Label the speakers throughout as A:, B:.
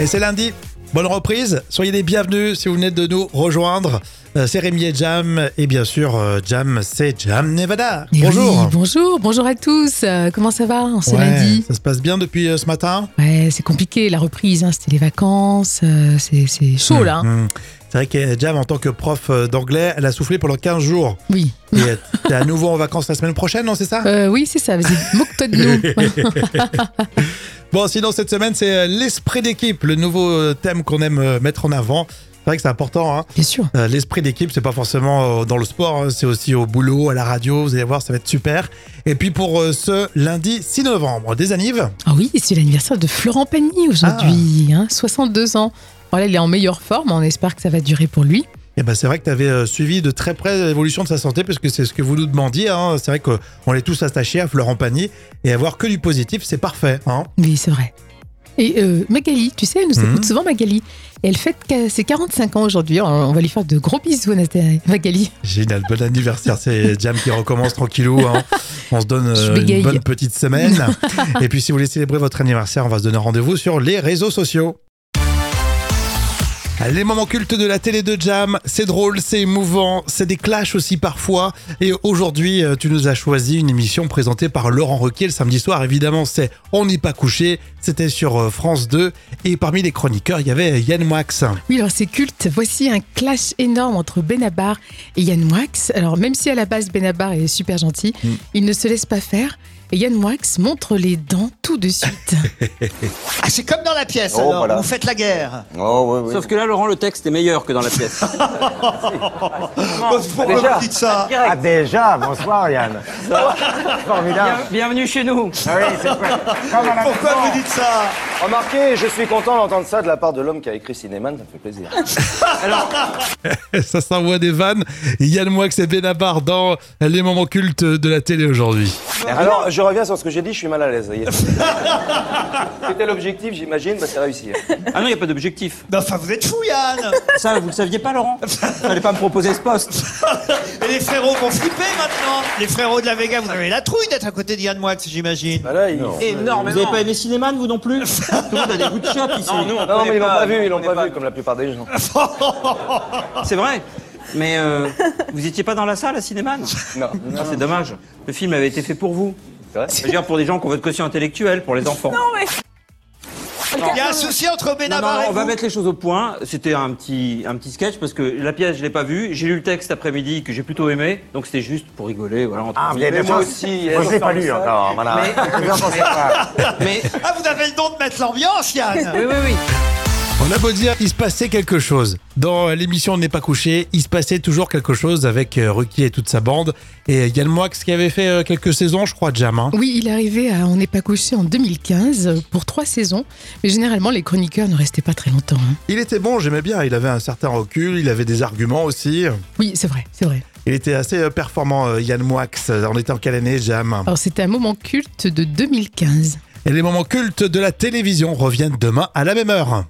A: Et c'est lundi. Bonne reprise. Soyez les bienvenus si vous venez de nous rejoindre. Euh, C'est Rémi et Jam. Et bien sûr, euh, Jam, c'est Jam Nevada.
B: Eh
A: Bonjour.
B: oui, bonjour, bonjour à tous. Euh, comment ça va en ce
A: Ouais,
B: lundi
A: Ça se passe bien depuis euh, ce matin
B: Ouais, c'est compliqué la reprise, hein, c'était les vacances, euh, c'est c'est chaud là. hein.
A: Mhm. C'est vrai que Jam, en tant que prof euh, d'anglais, elle a soufflé pendant 15 jours.
B: Oui,
A: Et euh, t'es à nouveau en vacances la semaine prochaine, non, c'est ça
B: Euh, oui, c'est ça. Vas-y, moque-toi de nous.
A: Bon, sinon, cette semaine, c'est euh, l'esprit d'équipe, le nouveau euh, thème qu'on aime euh, mettre en avant. C'est vrai que c'est important, hein.
B: Bien sûr.
A: Euh, L'esprit d'équipe, c'est pas forcément euh, dans le sport, hein, c'est aussi au boulot, à la radio, vous allez voir, ça va être super. Et puis pour euh, ce lundi 6 novembre, des anives.
B: Ah oui, c'est l'anniversaire de Florent Pagny aujourd'hui,
A: Ah.
B: hein, 62 ans. Voilà, il est en meilleure forme. On espère que ça va durer pour lui.
A: Et ben c'est vrai que tu avais suivi de très près l'évolution de sa santé, parce que c'est ce que vous nous demandiez. hein. C'est vrai qu'on est tous attachés à Florent Pagny, et avoir que du positif, c'est parfait. hein.
B: Oui, c'est vrai. Et euh, Magali, tu sais, elle nous
A: Mhm.
B: écoute souvent, Magali. Et elle fête qu'à ses 45 ans aujourd'hui. On on va lui faire de gros bisous, Nathalie- Magali.
A: Génial, bon anniversaire, c'est Jam qui recommence tranquillou. hein. On se donne
B: Je
A: euh, une
B: bégaye.
A: bonne petite semaine. Et puis si vous voulez célébrer votre anniversaire, on va se donner rendez-vous sur les réseaux sociaux. Les moments cultes de la télé de Jam, c'est drôle, c'est émouvant, c'est des clashs aussi parfois. Et aujourd'hui, euh, tu nous as choisi une émission présentée par Laurent Requier le samedi soir. Évidemment, c'est On n'est pas couché. C'était sur euh, France 2. Et parmi les chroniqueurs, il y avait Yann Moix.
B: Oui, alors c'est culte. Voici un clash énorme entre Benabar et Yann Moix. Alors même si à la base Benabar est super gentil,
A: Mm.
B: il ne se laisse pas faire. Et Yann Moix montre les dents tout de suite.
C: Ah, c'est comme dans la pièce,
D: Oh,
C: alors.
D: voilà.
C: Vous faites la guerre.
D: Oh, oui, oui.
E: Sauf que là, Laurent, le texte est meilleur que dans la pièce.
C: Pourquoi
D: déjà.
C: vous dites ça
D: Ah, déjà, bonsoir Yann. Formidable.
E: bienvenue chez nous.
D: Ah oui, c'est vrai. Comme à la
C: Pourquoi
D: maison.
C: vous dites ça
D: Remarquez, je suis content d'entendre ça de la part de l'homme qui a écrit Cinéman, ça me fait plaisir.
A: Ça s'envoie des vannes. Yann Moix et Benabar dans les moments cultes de la télé aujourd'hui.
D: Alors, je reviens sur ce que j'ai dit, je suis mal à l'aise. C'était l'objectif, j'imagine, bah c'est réussi.
E: Ah non, il n'y a pas d'objectif.
C: Non, Ben, enfin, vous êtes fou, Yann
E: Ça, vous le saviez pas, Laurent Fallait pas me proposer ce poste.
C: Et les frérots vont flipper maintenant Les frérots de la Vega, vous avez la trouille d'être à côté d'Yann Moix, j'imagine.
D: Bah là, ils... Non,
E: Énorme. Vous n'avez pas aimé Cinéman, vous non plus Tout le monde a des goûts de chiottes ici. Non, nous,
D: Ah mais ils l'ont pas vu, ils l'ont pas, vu, comme la plupart des gens.
E: C'est vrai. Mais euh, vous étiez pas dans la salle à Cinéman
D: Non,
E: Ah, C'est dommage. Le film avait été fait pour vous.
D: c'est vrai.
E: Je veux dire, pour des gens qui ont votre quotient intellectuel, pour les enfants. Non,
C: Il y a un souci entre
E: non, non,
C: Benabar et
E: on va
C: vous.
E: mettre les choses au point. C'était un petit, un petit sketch parce que la pièce, je l'ai pas vue. J'ai lu le texte après-midi que j'ai plutôt aimé. Donc c'était juste pour rigoler. Voilà, entre amis.
D: Mais moi aussi. Moi, je l'ai pas lu encore, voilà.
E: Mais
C: Ah, vous avez le don de mettre l'ambiance, Yann
E: oui, oui, oui.
A: On a beau dire, il se passait quelque chose. Dans l'émission On n'est pas couché, il se passait toujours quelque chose avec euh, Ruki et toute sa bande. Et euh, Yann Moix qui avait fait euh, quelques saisons, je crois, Jam. hein.
B: oui, il est arrivé à On n'est pas couché en 2015 pour trois saisons. Mais généralement, les chroniqueurs ne restaient pas très longtemps. hein.
A: Il était bon, j'aimais bien. Il avait un certain recul, il avait des arguments aussi.
B: Oui, c'est vrai, c'est vrai.
A: Il était assez euh, performant, euh, Yann Moix. On était en quelle année, Jam
B: Alors c'était un moment culte de 2015.
A: Et les moments cultes de la télévision reviennent demain à la même heure.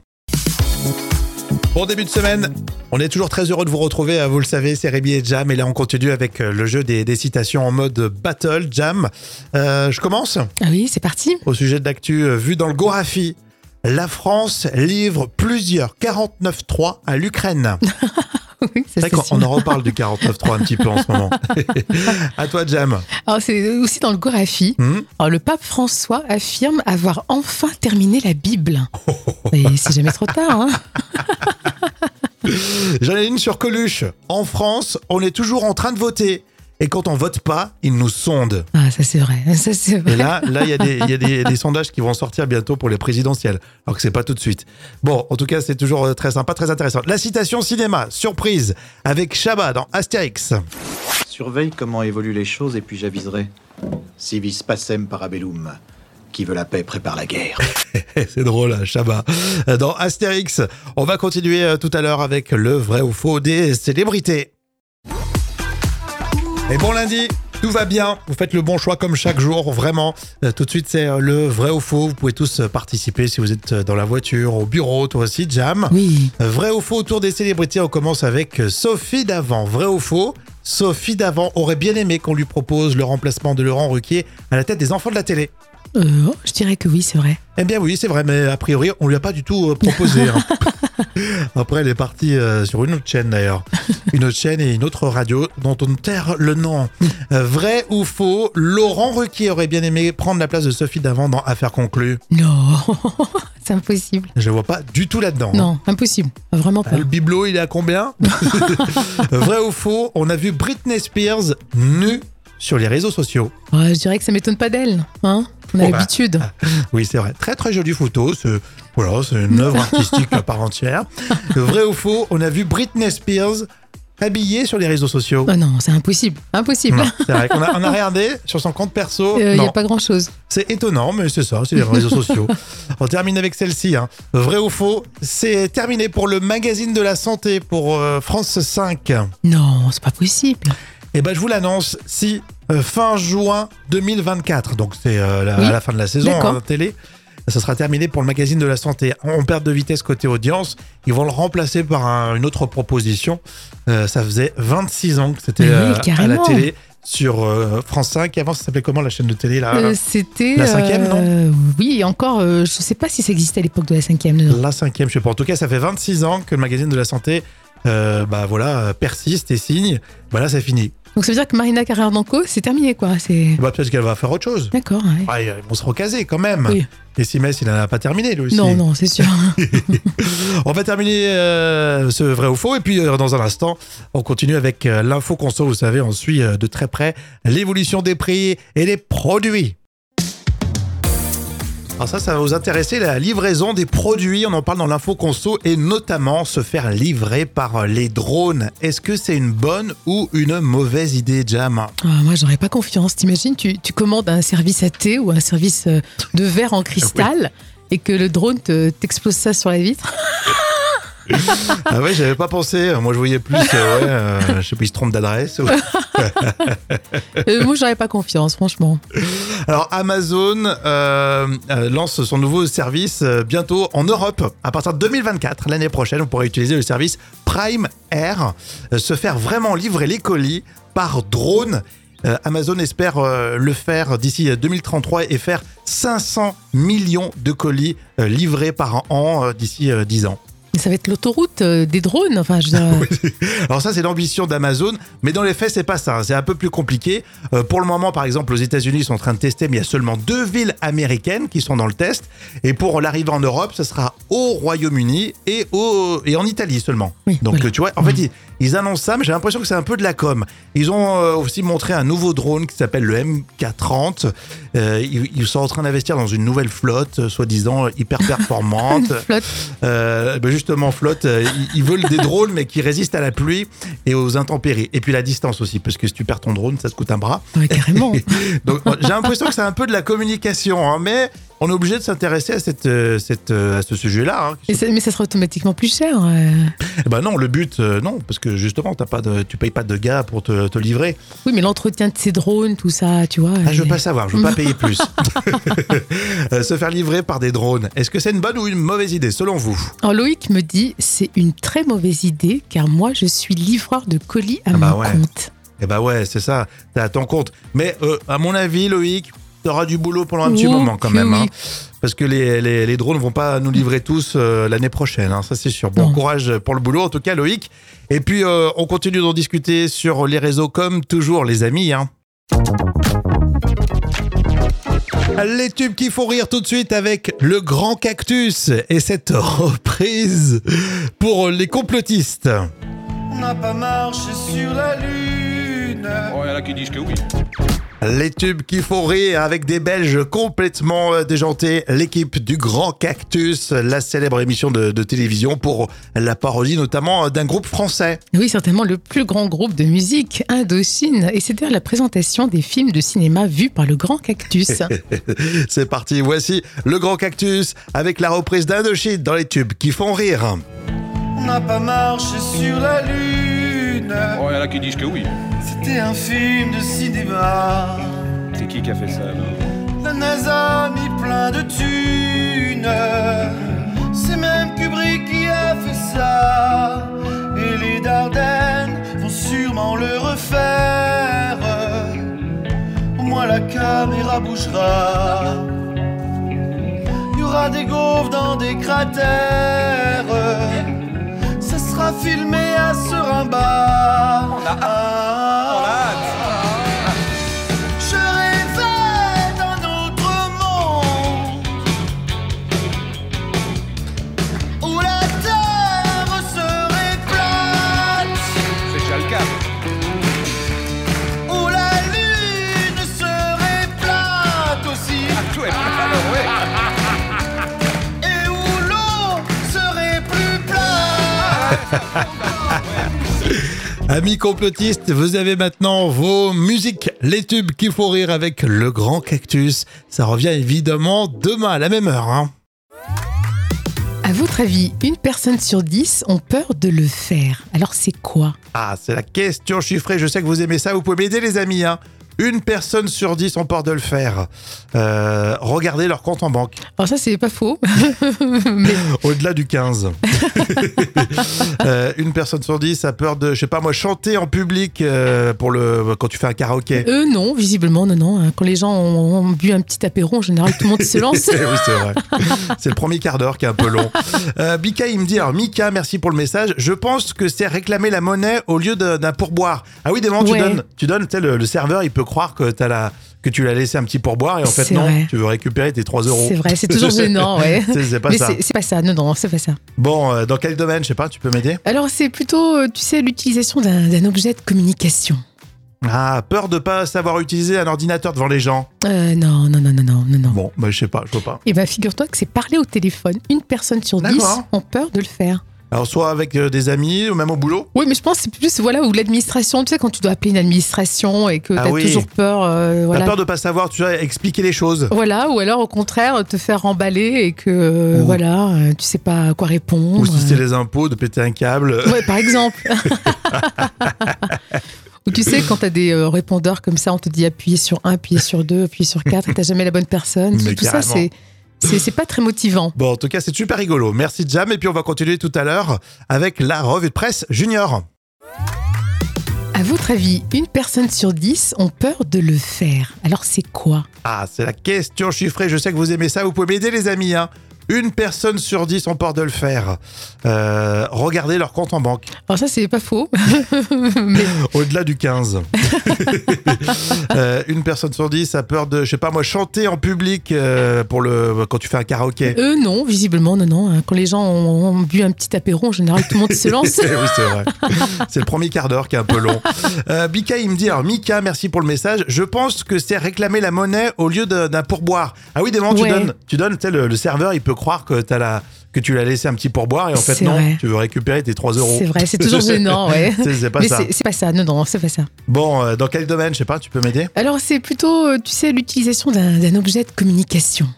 A: Bon début de semaine, on est toujours très heureux de vous retrouver, hein, vous le savez, c'est Rémi et Jam, et là on continue avec euh, le jeu des, des citations en mode battle, Jam. Euh, je commence
B: Ah oui, c'est parti.
A: au sujet de l'actu euh, vu dans le Gorafi. La France livre plusieurs 49-3 à l'Ukraine.
B: Oui, ça,
A: C'est vrai
B: c'est
A: qu'on
B: sûr.
A: on en reparle du 49-3 un petit peu en ce moment. à toi, Jam.
B: Alors c'est aussi dans le Gorafi.
A: Hmm
B: Alors, le pape François affirme avoir enfin terminé la Bible. Et c'est jamais trop tard. Hein
A: J'en ai une sur Coluche. En France, on est toujours en train de voter. Et quand on vote pas, ils nous sondent.
B: ah, ça c'est vrai. Ça c'est
A: Et
B: vrai.
A: là, là, il y a, des, il y a des- des sondages qui vont sortir bientôt pour les présidentielles. Alors que c'est pas tout de suite. Bon, en tout cas, c'est toujours euh, très sympa, très intéressant. La citation cinéma, surprise, avec Chabat dans Astérix.
F: Surveille comment évoluent les choses et puis j'aviserai. Civis pacem parabellum. Qui veut la paix prépare la guerre.
A: c'est drôle, hein, Chabat. Euh, Dans Astérix, on va continuer euh, tout à l'heure avec le vrai ou faux des célébrités. Et bon lundi, tout va bien. Vous faites le bon choix comme chaque jour, vraiment. Euh, Tout de suite, c'est euh, le vrai ou faux. Vous pouvez tous euh, participer si vous êtes euh, dans la voiture, au bureau, toi aussi, Jam.
B: Oui.
A: Euh, Vrai ou faux autour des célébrités, on commence avec euh, Sophie Davant. Vrai ou faux Sophie Davant aurait bien aimé qu'on lui propose le remplacement de Laurent Ruquier à la tête des enfants de la télé.
B: Euh, oh, je dirais que oui, c'est vrai.
A: Eh bien oui, c'est vrai, mais a priori, on lui a pas du tout euh, proposé. hein. Après, elle est partie euh, sur une autre chaîne d'ailleurs. Une autre chaîne et une autre radio dont on terre le nom. Euh, vrai ou faux, Laurent Ruquier aurait bien aimé prendre la place de Sophie Davant dans Affaires conclues.
B: Non, c'est impossible.
A: Je vois pas du tout là-dedans. hein.
B: Non, impossible. Vraiment pas.
A: Le bibelot, il est à combien Vrai ou faux, on a vu Britney Spears nue sur les réseaux sociaux.
B: Ouais, Ah, je dirais que ça m'étonne pas d'elle. Hein on a
A: Oh bah.
B: l'habitude.
A: Oui, c'est vrai. Très très jolie photo. C'est voilà, c'est une œuvre artistique à part entière. Vrai ou faux, on a vu Britney Spears habillée sur les réseaux sociaux.
B: Oh non, c'est impossible. Impossible.
A: Non, c'est vrai qu'on a, on a regardé sur son compte perso.
B: Il n'y
A: non,
B: Euh, a pas grand-chose.
A: c'est étonnant, mais c'est ça, c'est les réseaux sociaux. On termine avec celle-ci. hein. Vrai ou faux, c'est terminé pour le magazine de la santé pour euh, France 5.
B: Non, c'est pas possible.
A: Eh ben, je vous l'annonce, si euh, fin juin 2024, donc c'est euh, la-
B: Oui.
A: à la fin de la saison
B: D'accord.
A: hein, télé, ça sera terminé pour le magazine de la santé. On perd de vitesse côté audience. Ils vont le remplacer par un- une autre proposition. Euh, ça faisait 26 ans que c'était
B: Mais oui,
A: euh, à la
B: carrément.
A: télé sur euh, France 5. Et avant, ça s'appelait comment la chaîne de télé là
B: Euh, C'était.
A: Ah. la cinquième,
B: euh, Oui, et encore, euh, je sais pas si ça existait à l'époque de la cinquième. non.
A: La cinquième, je sais pas. En tout cas, ça fait 26 ans que le magazine de la santé, euh, bah voilà, euh, persiste et signe. Bah là, c'est fini.
B: Donc ça veut dire que Marina Carrère Danco, c'est terminé, quoi. C'est.
A: Bah peut-être qu'elle va faire autre chose.
B: D'accord. ouais.
A: Ah, ils vont se recaser quand même.
B: Oui.
A: Et Simès, il n'en a pas terminé lui aussi.
B: Non, non, c'est sûr.
A: On va terminer euh, ce vrai ou faux. Et puis, euh, dans un instant, on continue avec euh, l'info conso. Vous savez, on suit euh, de très près l'évolution des prix et des produits. Alors ça, ça va vous intéresser, la livraison des produits, on en parle dans l'info conso, et notamment se faire livrer par euh, les drones. Est-ce que c'est une bonne ou une mauvaise idée, Jam
B: Ah, moi, j'aurais pas confiance. T'imagines, tu, tu commandes un service à thé ou un service euh, de verre en cristal et que le drone te- t'explose ça sur la vitre.
A: Ah ouais, j'avais pas pensé, moi je voyais plus, euh, ouais, euh, je sais plus, il se trompe d'adresse. ou-
B: Euh, moi, j'aurais pas confiance, franchement.
A: Alors Amazon euh, euh, lance son nouveau service euh, bientôt en Europe. À partir de 2024, l'année prochaine, vous pourrez utiliser le service Prime Air, euh, se faire vraiment livrer les colis par drone. Euh, Amazon espère euh, le faire d'ici 2033 et faire 500 millions de colis euh, livrés par an euh, d'ici euh, 10 ans.
B: Mais ça va être l'autoroute euh, des drones. Enfin, je veux dire,
A: Alors ça, c'est l'ambition d'Amazon, mais dans les faits, c'est pas ça. hein. C'est un peu plus compliqué. Euh, pour le moment, par exemple, aux États-Unis, ils sont en train de tester, mais il y a seulement deux villes américaines qui sont dans le test. Et pour l'arrivée en Europe, ce sera au Royaume-Uni et au et en Italie seulement.
B: Oui, Mm.
A: Donc
B: voilà.
A: tu vois, en fait, ils, ils annoncent ça, mais j'ai l'impression que c'est un peu de la com. Ils ont euh, aussi montré un nouveau drone qui s'appelle le MK30. Euh, ils, ils sont en train d'investir dans une nouvelle flotte, euh, soi-disant euh, hyper performante.
B: une flotte.
A: Euh, ben justement, flotte, euh, ils- ils veulent des drones, mais qui résistent à la pluie et aux intempéries. Et puis la distance aussi, parce que si tu perds ton drone, ça te coûte un bras.
B: Ouais, carrément.
A: Donc bon, j'ai l'impression que c'est un peu de la communication, hein, mais on est obligé de s'intéresser à, cette, euh, cette, euh, à ce sujet-là. hein.
B: Et ça- mais ça sera automatiquement plus cher. euh.
A: Eh Ben non, le but, euh, non, parce que justement, t'as pas de, tu payes pas de gars pour te, te livrer.
B: Oui, mais l'entretien de ces drones, tout ça, tu vois.
A: Ah, je
B: euh,
A: veux pas savoir, je veux pas payer plus. Euh, se faire livrer par des drones, est-ce que c'est une bonne ou une mauvaise idée, selon vous
B: Alors Loïc me dit, c'est une très mauvaise idée car moi je suis livreur de colis à
A: Ah bah
B: mon
A: ouais.
B: compte.
A: Eh bah ouais, c'est ça, t'as à ton compte. Mais euh, à mon avis, Loïc, t'auras du boulot pendant un petit
B: Oh,
A: moment quand
B: que
A: même.
B: oui.
A: hein. parce que les, les, les drones vont pas nous livrer tous euh, l'année prochaine, hein, ça c'est sûr. Bon
B: Non.
A: courage pour le boulot, en tout cas Loïc. Et puis euh, on continue d'en discuter sur les réseaux comme toujours les amis. Hein. Les tubes qui font rire tout de suite avec le grand cactus et cette reprise pour les complotistes.
G: n'a pas marché sur la lune.
H: Oh, il y en a qui disent que oui.
A: Les tubes qui font rire avec des Belges complètement euh, déjantés. L'équipe du Grand Cactus, la célèbre émission de, de télévision pour la parodie notamment euh, d'un groupe français.
B: Oui, certainement le plus grand groupe de musique, Indochine, et c'est d'ailleurs la présentation des films de cinéma vus par le Grand Cactus.
A: C'est parti, voici le Grand Cactus avec la reprise d'Indochine dans les tubes qui font rire.
G: N'a pas marché sur la lune.
H: Oh, il y en a qui disent que oui. hein.
G: C'était un film de cinéma.
H: C'est qui qui a fait ça, alors
G: La NASA a mis plein de thunes. C'est même Kubrick qui a fait ça. Et les Dardennes vont sûrement le refaire. Au moins la caméra bougera. fera des gaufres dans des cratères. Ça sera filmé à Seremba. On Je rêvais d'un autre monde où la terre serait plate,
H: C'est déjà le cas.
G: où la lune serait plate aussi,
H: Ah, Tout est prêt, alors ouais.
G: et où l'eau serait plus plate.
A: Amis complotistes, vous avez maintenant vos musiques, les tubes qui font rire avec le grand cactus. Ça revient évidemment demain à la même heure. hein.
B: À votre avis, une personne sur dix ont peur de le faire. Alors c'est quoi
A: Ah, c'est la question chiffrée. Je sais que vous aimez ça. Vous pouvez m'aider, les amis. hein. Une personne sur dix en peur de le faire. Euh, regardez leur compte en banque.
B: Alors ça, c'est pas faux. Mais
A: Au-delà du 15. Euh, une personne sur dix a peur de, je sais pas moi, chanter en public euh, pour le, quand tu fais un karaoké.
B: eux, non, visiblement, non, non. hein. Quand les gens ont, ont bu un petit apéro, en général, tout le monde se lance.
A: Eh oui, c'est vrai. C'est le premier quart d'heure qui est un peu long. Euh, Bika, il me dit, alors Mika, merci pour le message. Je pense que c'est réclamer la monnaie au lieu de- d'un pourboire. Ah oui, des moments, tu
B: Ouais.
A: donnes, tu donnes, tu sais, le, le serveur, il peut croire que t'as la, que tu lui as laissé un petit pourboire et en fait,
B: C'est
A: non,
B: vrai.
A: tu veux récupérer tes 3 euros.
B: C'est vrai, c'est toujours gênant, ouais.
A: C'est c'est pas
B: Mais
A: ça.
B: c'est c'est pas ça, non, non, c'est pas ça.
A: Bon, euh, dans quel domaine, je sais pas, tu peux m'aider
B: Alors c'est plutôt, euh, tu sais, l'utilisation d'un d'un objet de communication.
A: Ah, peur de pas savoir utiliser un ordinateur devant les gens.
B: Euh, non, non, non, non, non, non, non.
A: Bon, bah, je sais pas, je vois pas.
B: Eh ben, figure-toi que c'est parler au téléphone. Une personne sur dix
A: D'accord.
B: ont peur de le faire.
A: Alors, soit avec euh, des amis ou même au boulot.
B: Oui, mais je pense que c'est plus voilà où l'administration, tu sais, quand tu dois appeler une administration et que
A: Ah
B: t'as
A: oui.
B: toujours peur, euh,
A: T'as
B: voilà.
A: peur de pas savoir, tu vois, expliquer les choses.
B: Voilà, ou alors au contraire te faire emballer et que euh,
A: Ou-
B: voilà, euh, tu sais pas à quoi répondre. Euh,
A: Ou si c'est les impôts, de péter un câble.
B: Ouais, par exemple. Ou tu sais, quand t'as des euh, répondeurs comme ça, on te dit appuyer sur 1, appuyer sur 2, appuyer sur 4, et t'as jamais la bonne personne.
A: Mais
B: tout ça,
A: carrément.
B: c'est- c'est c'est pas très motivant.
A: Bon, en tout cas, c'est super rigolo. Merci Jam. Et puis, on va continuer tout à l'heure avec la revue de presse junior.
B: À votre avis, une personne sur 10 ont peur de le faire. Alors c'est quoi
A: Ah, c'est la question chiffrée. Je sais que vous aimez ça. Vous pouvez m'aider, les amis. hein. Une personne sur dix en peur de le faire. Euh, regardez leur compte en banque.
B: Alors ça, c'est pas faux. Mais
A: Au-delà du 15. Euh, une personne sur dix a peur de, je sais pas moi, chanter en public euh, pour le, quand tu fais un karaoké.
B: eux, non, visiblement, non, non. hein. Quand les gens ont, ont bu un petit apéro, en général, tout le monde se lance.
A: Eh oui, c'est vrai. C'est le premier quart d'heure qui est un peu long. Euh, Bika, il me dit, alors Mika, merci pour le message. Je pense que c'est réclamer la monnaie au lieu de- d'un pourboire. Ah oui, des moments, tu
B: Ouais.
A: donnes, tu donnes, tu sais, le, le serveur, il peut croire que t'as la, que tu lui as laissé un petit pourboire et en fait,
B: C'est
A: non,
B: vrai.
A: tu veux récupérer tes 3 euros.
B: C'est vrai, c'est toujours gênant, ouais.
A: C'est c'est pas
B: Mais
A: ça.
B: c'est c'est pas ça, non, non, c'est pas ça.
A: Bon, euh, dans quel domaine, je sais pas, tu peux m'aider
B: Alors c'est plutôt, euh, tu sais, l'utilisation d'un d'un objet de communication.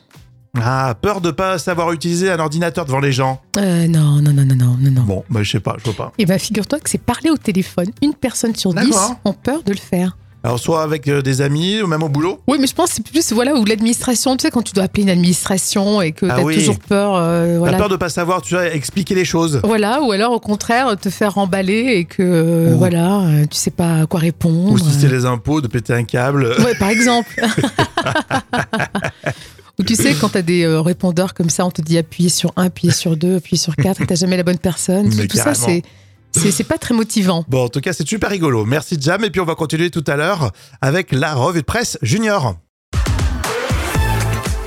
A: Ah, peur de pas savoir utiliser un ordinateur devant les gens.
B: Euh, non, non, non, non, non, non, non.
A: Bon, bah, je sais pas, je vois pas.
B: Eh ben, figure-toi que c'est parler au téléphone. Une personne sur dix
A: D'accord.
B: ont peur de le faire.
A: Alors, soit avec euh, des amis ou même au boulot.
B: Oui, mais je pense que c'est plus voilà où l'administration, tu sais, quand tu dois appeler une administration et que
A: Ah
B: t'as
A: oui.
B: toujours peur, euh,
A: T'as
B: voilà.
A: peur de pas savoir, tu vois, expliquer les choses.
B: Voilà, ou alors au contraire te faire emballer et que euh,
A: Ou-
B: voilà, euh, tu sais pas à quoi répondre.
A: Oh. Ou si c'est les impôts, de péter un câble.
B: Ouais, par exemple. Ou tu sais, quand t'as des euh, répondeurs comme ça, on te dit appuyer sur 1, appuyer sur 2, appuyer sur 4, et t'as jamais la bonne personne.
A: Mais
B: Tout ça,
A: carrément.
B: c'est- c'est c'est pas très motivant.
A: Bon, en tout cas, c'est super rigolo. Merci Jam. Et puis, on va continuer tout à l'heure avec la revue de presse junior.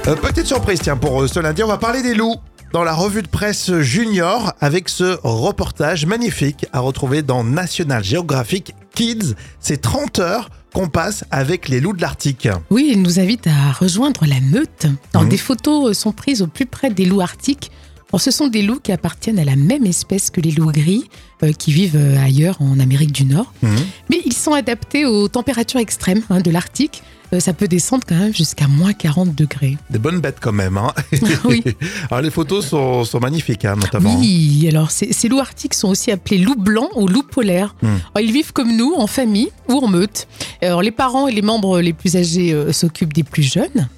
A: Euh, petite surprise, tiens, pour euh, ce lundi, on va parler des loups dans la revue de presse junior avec ce reportage magnifique à retrouver dans National Geographic Kids. C'est 30 heures qu'on passe avec les loups de l'Arctique.
B: Oui, il nous invite à rejoindre la meute. Alors,
A: Mhm.
B: Des photos euh, sont prises au plus près des loups arctiques. Alors, ce sont des loups qui appartiennent à la même espèce que les loups gris euh, qui vivent euh, ailleurs en Amérique du Nord.
A: Mhm.
B: Mais ils sont adaptés aux températures extrêmes hein, de l'Arctique. Euh, ça peut descendre quand même jusqu'à moins 40 degrés.
A: Des bonnes bêtes quand même. hein.
B: Ah oui.
A: Alors, les photos sont, sont magnifiques, hein, notamment.
B: Oui, alors ces, ces loups arctiques sont aussi appelés loups blancs ou loups polaires.
A: Hmm.
B: Alors, ils vivent comme nous, en famille ou en meute. Alors les parents et les membres les plus âgés euh, s'occupent des plus jeunes.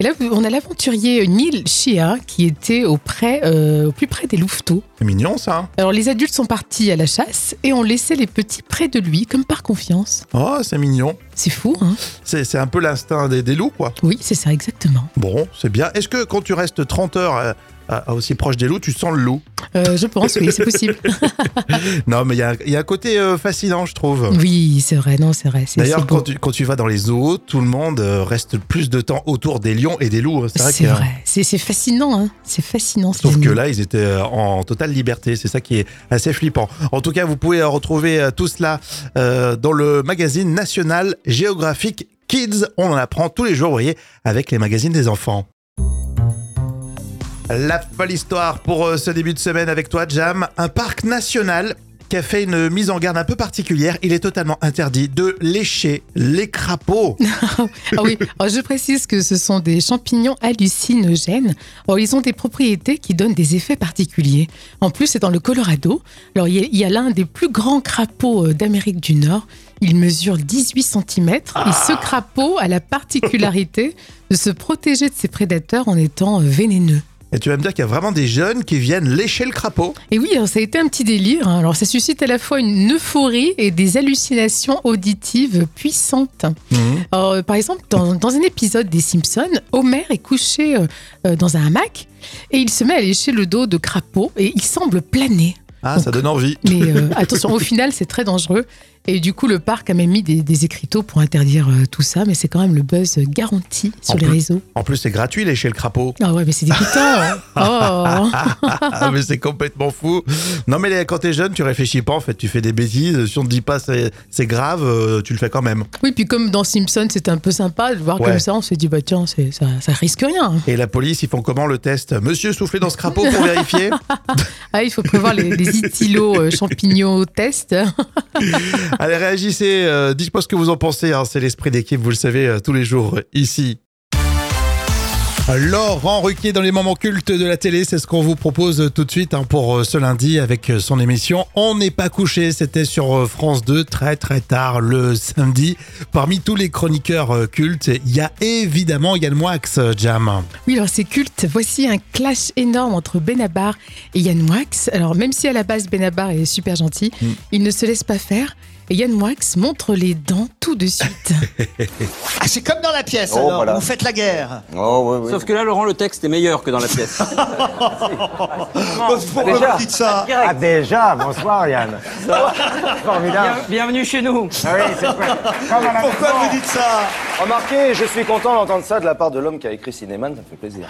B: Et là, on a l'aventurier Neil Shea qui était auprès, euh, au plus près des louveteaux.
A: C'est mignon ça. hein.
B: Alors les adultes sont partis à la chasse et ont laissé les petits près de lui, comme par confiance.
A: Oh, c'est mignon.
B: C'est fou, hein
A: C'est c'est un peu l'instinct des, des loups, quoi.
B: Oui, c'est ça, exactement.
A: Bon, c'est bien. Est-ce que quand tu restes 30 heures euh, à- à aussi proche des loups, tu sens le loup
B: Euh, je pense, oui, c'est possible.
A: Non, mais il y a, il y a un côté euh, fascinant, je trouve.
B: Oui, c'est vrai, non, c'est vrai. Mm. c'est-
A: D'ailleurs,
B: c'est beau.
A: quand tu, quand tu vas dans les zoos, tout le monde euh, reste plus de temps autour des lions et des loups. hein. C'est vrai.
B: C'est
A: que-
B: vrai, c'est c'est fascinant, hein. c'est fascinant. cet
A: Sauf que
B: animal.
A: là, ils étaient euh, en totale liberté. C'est ça qui est assez flippant. En tout cas, vous pouvez euh, retrouver euh, tout cela euh, dans le magazine national géographique Kids. On en apprend tous les jours, vous voyez, avec les magazines des enfants. La folle histoire pour euh, ce début de semaine avec toi, Jam. Un parc national qui a fait une mise en garde un peu particulière. Il est totalement interdit de lécher les crapauds.
B: Ah oui, alors je précise que ce sont des champignons hallucinogènes. Alors, ils ont des propriétés qui donnent des effets particuliers. En plus, c'est dans le Colorado. Alors, il y a- il y a l'un des plus grands crapauds euh, d'Amérique du Nord. Il mesure 18 cm et ce crapaud a la particularité de se protéger de ses prédateurs en étant euh, vénéneux.
A: Et tu vas me dire qu'il y a vraiment des jeunes qui viennent lécher le crapaud.
B: Et oui, alors ça a été un petit délire. hein. Alors ça suscite à la fois une euphorie et des hallucinations auditives puissantes. Alors, euh, par exemple, dans, dans un épisode des Simpsons, Homer est couché euh, euh, dans un hamac et il se met à lécher le dos de crapaud et il semble planer.
A: Ah, ça donne envie.
B: Mais euh, attention, au final, c'est très dangereux. Et du coup, le parc a même mis des, des écriteaux pour interdire euh, tout ça, mais c'est quand même le buzz garanti sur
A: En
B: les
A: plus-
B: réseaux.
A: En plus, c'est gratuit lécher le crapaud.
B: Ah ouais, mais c'est dégoûtant. hein. Oh.
A: Ah, mais c'est complètement fou. Non, mais les- quand t'es jeune, tu réfléchis pas, en fait, tu fais des bêtises. Si on te dit pas c'est c'est grave, euh, tu le fais quand même.
B: Oui, puis comme dans Simpson, c'était un peu sympa de voir
A: Ouais.
B: comme ça, on s'est dit, bah tiens, c'est- ça, ça risque rien.
A: Et la police, ils font comment le test Monsieur soufflez dans ce crapaud pour vérifier
B: Ah, il faut prévoir les, les itilos euh, champignons test.
A: Allez, réagissez, euh, dites-moi ce que vous en pensez. hein. C'est l'esprit d'équipe, vous le savez, euh, tous les jours euh, ici. Laurent Ruquier dans les moments cultes de la télé, c'est ce qu'on vous propose euh, tout de suite hein, pour euh, ce lundi avec euh, son émission On n'est pas couché. C'était sur euh, France 2 très très tard le samedi. Parmi tous les chroniqueurs euh, cultes, il y a évidemment Yann Moix, euh, Jam.
B: Oui, alors c'est culte. Voici un clash énorme entre Benabar et Yann Moix. Alors même si à la base Benabar est super gentil, il ne se laisse pas faire. Et Yann Moix montre les dents tout de suite.
C: Ah, c'est comme dans la pièce,
D: Oh,
C: alors.
D: voilà.
C: Vous faites la guerre.
D: Oh, oui, oui.
E: Sauf que là, Laurent, le texte est meilleur que dans la pièce.
C: Pourquoi
D: Bah, déjà.
C: vous dites ça
E: Direct.
D: Ah,
I: déjà, bonsoir Yann. Formidable.
E: Bien- bienvenue chez nous.
I: Ah oui, c'est vrai. Comme à la
C: Pourquoi
I: maison.
C: vous dites ça
D: Remarquez, je suis content d'entendre ça de la part de l'homme qui a écrit Cinéman, ça me fait plaisir.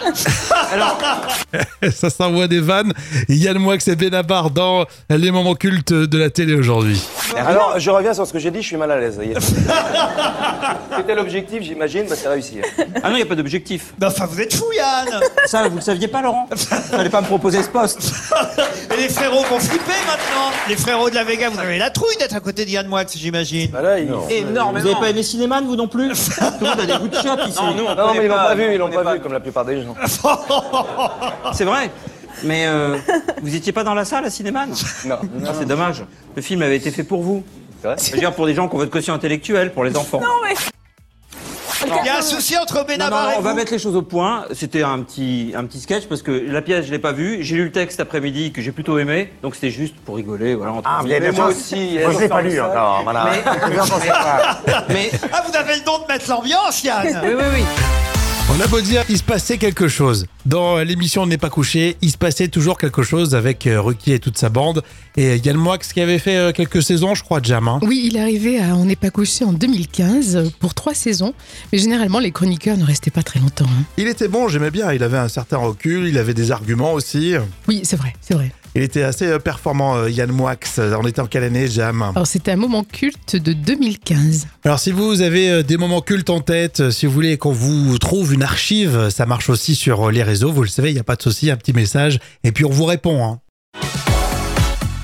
A: Ça s'envoie des vannes. Yann Moix et Benabar dans les moments cultes de la télé aujourd'hui.
D: Alors, je reviens sur ce que j'ai dit, je suis mal à l'aise. C'était l'objectif, j'imagine, bah c'est réussi.
E: Ah non, il n'y a pas d'objectif.
C: Mais Ben, enfin, vous êtes fou, Yann
E: Ça, vous ne le saviez pas, Laurent Fallait pas me proposer ce poste.
C: Et les frérots vont flipper maintenant Les frérots de la Vega, vous avez la trouille d'être à côté d'Yann Moix, j'imagine.
D: Bah là, ils- Non,
E: Énormément. Vous n'avez pas aimé Cinéman, vous non plus Tout le monde a des goûts de shot ici. Non, nous, on
D: mais ils l'ont pas vu, ils l'ont pas vu, comme la plupart des gens.
E: C'est vrai. Mais euh, vous n'étiez pas dans la salle à Cinéman
D: Non,
E: Ah, C'est dommage. Le film avait été fait pour vous.
D: C'est vrai
E: Je veux dire, pour des gens qui ont votre quotient intellectuel, pour les enfants. Non,
C: Il y a un souci entre
E: non, non,
C: Benabar et
E: on va
C: vous.
E: mettre les choses au point. C'était un petit, un petit sketch parce que la pièce, je l'ai pas vue. J'ai lu le texte après-midi que j'ai plutôt aimé. Donc c'était juste pour rigoler. Voilà, entre
I: Ah,
E: amis.
I: bien
D: Mais
I: bien
D: moi
I: sûr.
D: aussi,
I: Moi, je l'ai
D: elles
I: pas
D: sont
I: lu
D: sales.
I: encore, voilà. Je vous en pensez pas.
E: Mais
C: Ah, vous avez le don de mettre l'ambiance, Yann
E: oui, oui, oui.
A: On a beau dire, il se passait quelque chose. Dans l'émission On n'est pas couché, il se passait toujours quelque chose avec euh, Ruki et toute sa bande. Et euh, Yann Moix qui avait fait euh, quelques saisons, je crois, Jam. hein.
B: Oui, il est arrivé à On n'est pas couché en 2015 euh, pour trois saisons. Mais généralement, les chroniqueurs ne restaient pas très longtemps. hein.
A: Il était bon, j'aimais bien. Il avait un certain recul, il avait des arguments aussi.
B: Oui, c'est vrai, c'est vrai.
A: Il était assez euh, performant, euh, Yann Moix. On était en quelle année, Jam
B: Alors c'était un moment culte de 2015.
A: Alors si vous avez euh, des moments cultes en tête, euh, si vous voulez qu'on vous trouve une archive, euh, ça marche aussi sur euh, les réseaux, vous le savez, il n'y a pas de souci, un petit message, et puis on vous répond. hein.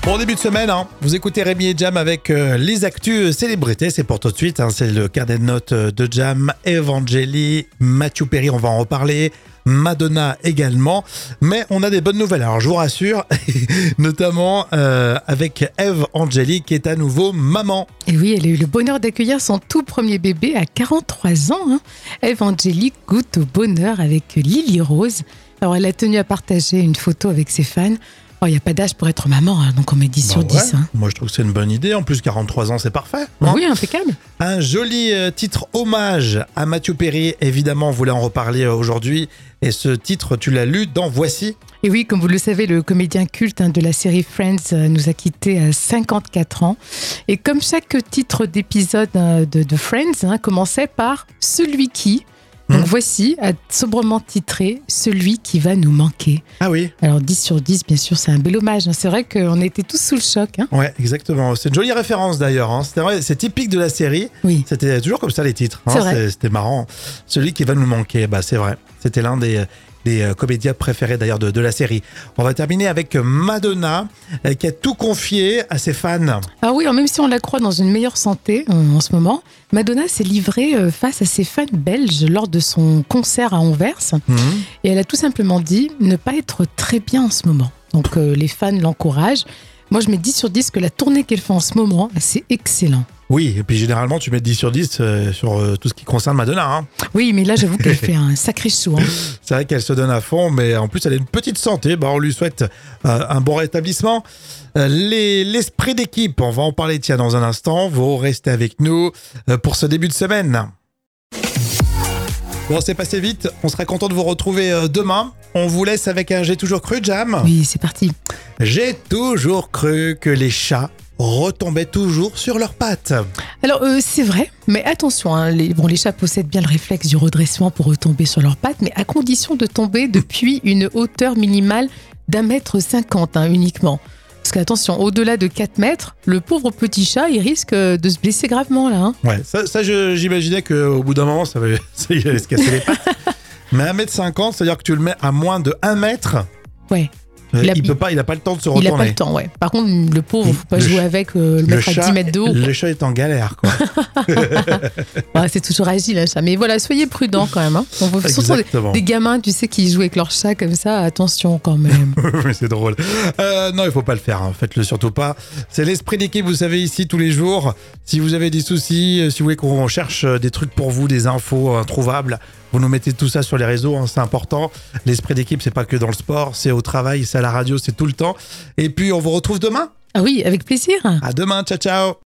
A: Bon début de semaine, hein. vous écoutez Rémi et Jam avec euh, les actus célébrités, c'est pour tout de suite, hein. c'est le carnet de notes euh, de Jam, Evangeli, Mathieu Perry, on va en reparler, Madonna également, mais on a des bonnes nouvelles, alors je vous rassure, notamment euh, avec Eve Angeli qui est à nouveau maman.
B: Et oui, elle a eu le bonheur d'accueillir son tout premier bébé à 43 ans. Hein. Evangélique goûte au bonheur avec Lily Rose. Alors, elle a tenu à partager une photo avec ses fans. Alors, Il n'y a pas d'âge pour être maman, hein, donc on met 10 sur
A: Bah ouais.
B: 10. hein.
A: Moi je trouve que c'est une bonne idée, en plus 43 ans c'est parfait. hein.
B: Bah Oui, impeccable.
A: Un joli euh, titre hommage à Mathieu Perry, évidemment, on voulait en reparler euh, aujourd'hui. Et ce titre, tu l'as lu dans Voici.
B: Et oui, comme vous le savez, le comédien culte hein, de la série Friends euh, nous a quittés à 54 ans. Et comme chaque titre d'épisode hein, de, de Friends hein, commençait par Celui qui. Donc
A: Mhm.
B: voici, à sobrement titré, Celui qui va nous manquer.
A: Ah oui
B: Alors 10 sur 10, bien sûr, c'est un bel hommage. hein. C'est vrai qu'on était tous sous le choc. hein.
A: Ouais, exactement. C'est une jolie référence d'ailleurs. hein. C'était vrai, C'est typique de la série.
B: Oui.
A: C'était toujours comme ça les titres. hein.
B: C'est vrai.
A: C'est- C'était marrant. Celui qui va nous manquer, bah, c'est vrai. C'était l'un des, des euh, comédiens préférés d'ailleurs de, de la série. On va terminer avec Madonna, euh, qui a tout confié à ses fans.
B: Ah oui, alors même si on la croit dans une meilleure santé euh, en ce moment, Madonna s'est livrée euh, face à ses fans belges lors de son concert à Anvers. Et elle a tout simplement dit ne pas être très bien en ce moment. Donc euh, les fans l'encouragent. Moi, je mets 10 sur 10 que la tournée qu'elle fait en ce moment, c'est excellent.
A: Oui, et puis généralement, tu mets 10 sur 10 euh, sur euh, tout ce qui concerne Madonna. hein.
B: Oui, mais là, j'avoue qu'elle fait un sacré show. hein.
A: C'est vrai qu'elle se donne à fond, mais en plus elle a une petite santé. Bah, on lui souhaite euh, un bon rétablissement. Euh, les- L'esprit d'équipe, on va en parler tiens dans un instant. Vous restez avec nous euh, pour ce début de semaine. Bon, c'est passé vite. On sera content de vous retrouver euh, demain. On vous laisse avec un J'ai toujours cru, Jam.
B: Oui, c'est parti.
A: J'ai toujours cru que les chats retombaient toujours sur leurs pattes.
B: Alors, euh, c'est vrai, mais attention, hein, les, bon, les chats possèdent bien le réflexe du redressement pour retomber sur leurs pattes, mais à condition de tomber depuis une hauteur minimale d'un mètre cinquante hein, uniquement. Parce qu'attention, au-delà de 4 mètres, le pauvre petit chat, il risque euh, de se blesser gravement là. hein.
A: Ouais, ça, ça, je- j'imaginais qu'au bout d'un moment, ça, va- ça y allait se casser les pattes. Mais 1m50, c'est-à-dire que tu le mets à moins de 1 mètre.
B: Ouais.
A: Euh,
B: Il
A: Il,
B: a-
A: peut pas, il a pas le temps de se
B: Il
A: retourner.
B: n'a pas le temps, ouais. Par contre, le pauvre, faut pas
A: Le
B: jouer
A: chat-
B: avec, euh, le mettre à 10 mètres de haut.
A: le chat est en galère, quoi.
B: Ouais, c'est toujours agile, un chat. Mais voilà, soyez prudents quand même. hein. On voit surtout des,
A: Exactement.
B: des gamins, tu sais, qui jouent avec leur chat comme ça. Attention quand même.
A: Mais c'est drôle. Euh, non, il faut pas le faire. hein. Faites-le surtout pas. C'est l'esprit d'équipe, vous savez, ici tous les jours. Si vous avez des soucis, euh, si vous voulez qu'on cherche euh, des trucs pour vous, des infos euh, introuvables, vous nous mettez tout ça sur les réseaux. hein, c'est important. L'esprit d'équipe, c'est pas que dans le sport, c'est au travail, c'est à la radio, c'est tout le temps. Et puis, on vous retrouve demain.
B: Ah oui, avec plaisir.
A: À demain. Ciao, ciao.